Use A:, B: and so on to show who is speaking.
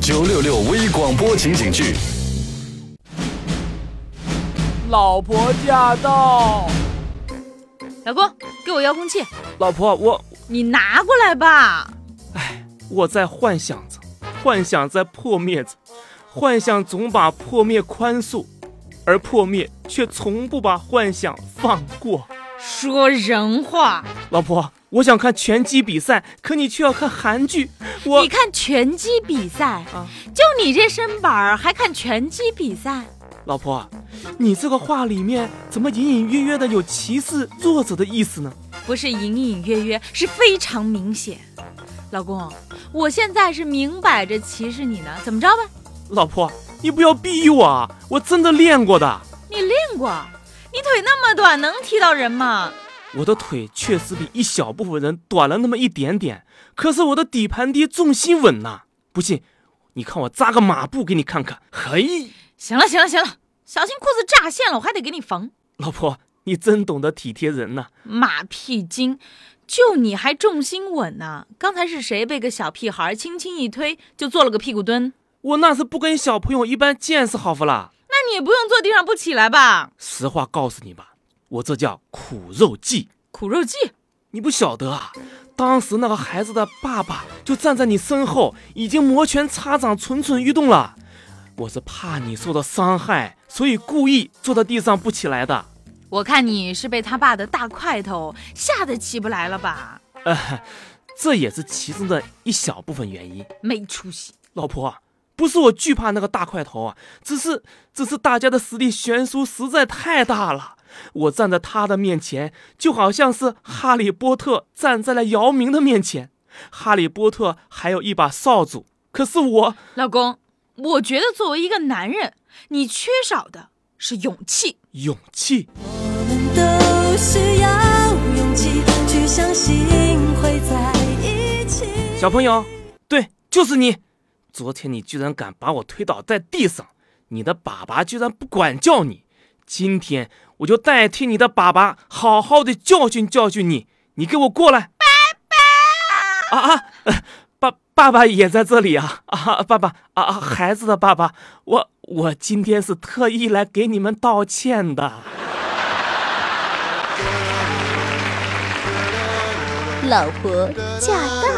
A: 九六六微广播情景剧，
B: 老婆驾到！
C: 老公，给我遥控器，
B: 老婆，我
C: 你拿过来吧。
B: 我在幻想着，幻想在破灭着，幻想总把破灭宽恕，而破灭却从不把幻想放过。
C: 说人话，
B: 老婆，我想看拳击比赛，可你却要看韩剧。我
C: 你看拳击比赛，
B: 啊
C: 就你这身板儿还看拳击比赛？
B: 老婆，你这个话里面怎么隐隐约约的有歧视弱者的意思呢？
C: 不是隐隐约约，是非常明显。老公，我现在是明摆着歧视你呢，怎么着吧？
B: 老婆，你不要逼我啊，我真的练过的。
C: 你练过，你腿那么短，能踢到人吗？
B: 我的腿确实比一小部分人短了那么一点点，可是我的底盘低，重心稳呐、不信，你看我扎个马步给你看看。嘿，
C: 行了行了行了，小心裤子炸线了，我还得给你缝。
B: 老婆，你真懂得体贴人呐、
C: 马屁精，就你还重心稳呢、刚才是谁被个小屁孩轻轻一推就做了个屁股蹲？
B: 我那是不跟小朋友一般见识，好不啦？
C: 那你也不用坐地上不起来吧？
B: 实话告诉你吧，我这叫苦肉计，
C: 苦肉计，
B: 你不晓得啊。当时那个孩子的爸爸就站在你身后，已经摩拳擦掌，蠢蠢欲动了。我是怕你受到伤害，所以故意坐在地上不起来的。
C: 我看你是被他爸的大块头吓得起不来了吧？
B: 这也是其中的一小部分原因。
C: 没出息，
B: 老婆啊，不是我惧怕那个大块头啊，只是只是大家的实力悬殊实在太大了。我站在他的面前，就好像是哈利波特站在了姚明的面前。哈利波特还有一把扫帚，可是我
C: 老公，我觉得作为一个男人，你缺少的是勇气。
B: 勇气。
D: 我们都需要勇气去相信会在一起。
B: 小朋友，对，就是你。昨天你居然敢把我推倒在地上，你的爸爸居然不管教你。今天我就代替你的爸爸，好好的教训教训你。你给我过来！爸爸！啊啊！呃爸爸爸也在这里啊啊！爸爸啊啊！孩子的爸爸，我我今天是特意来给你们道歉的。
E: 老婆驾到。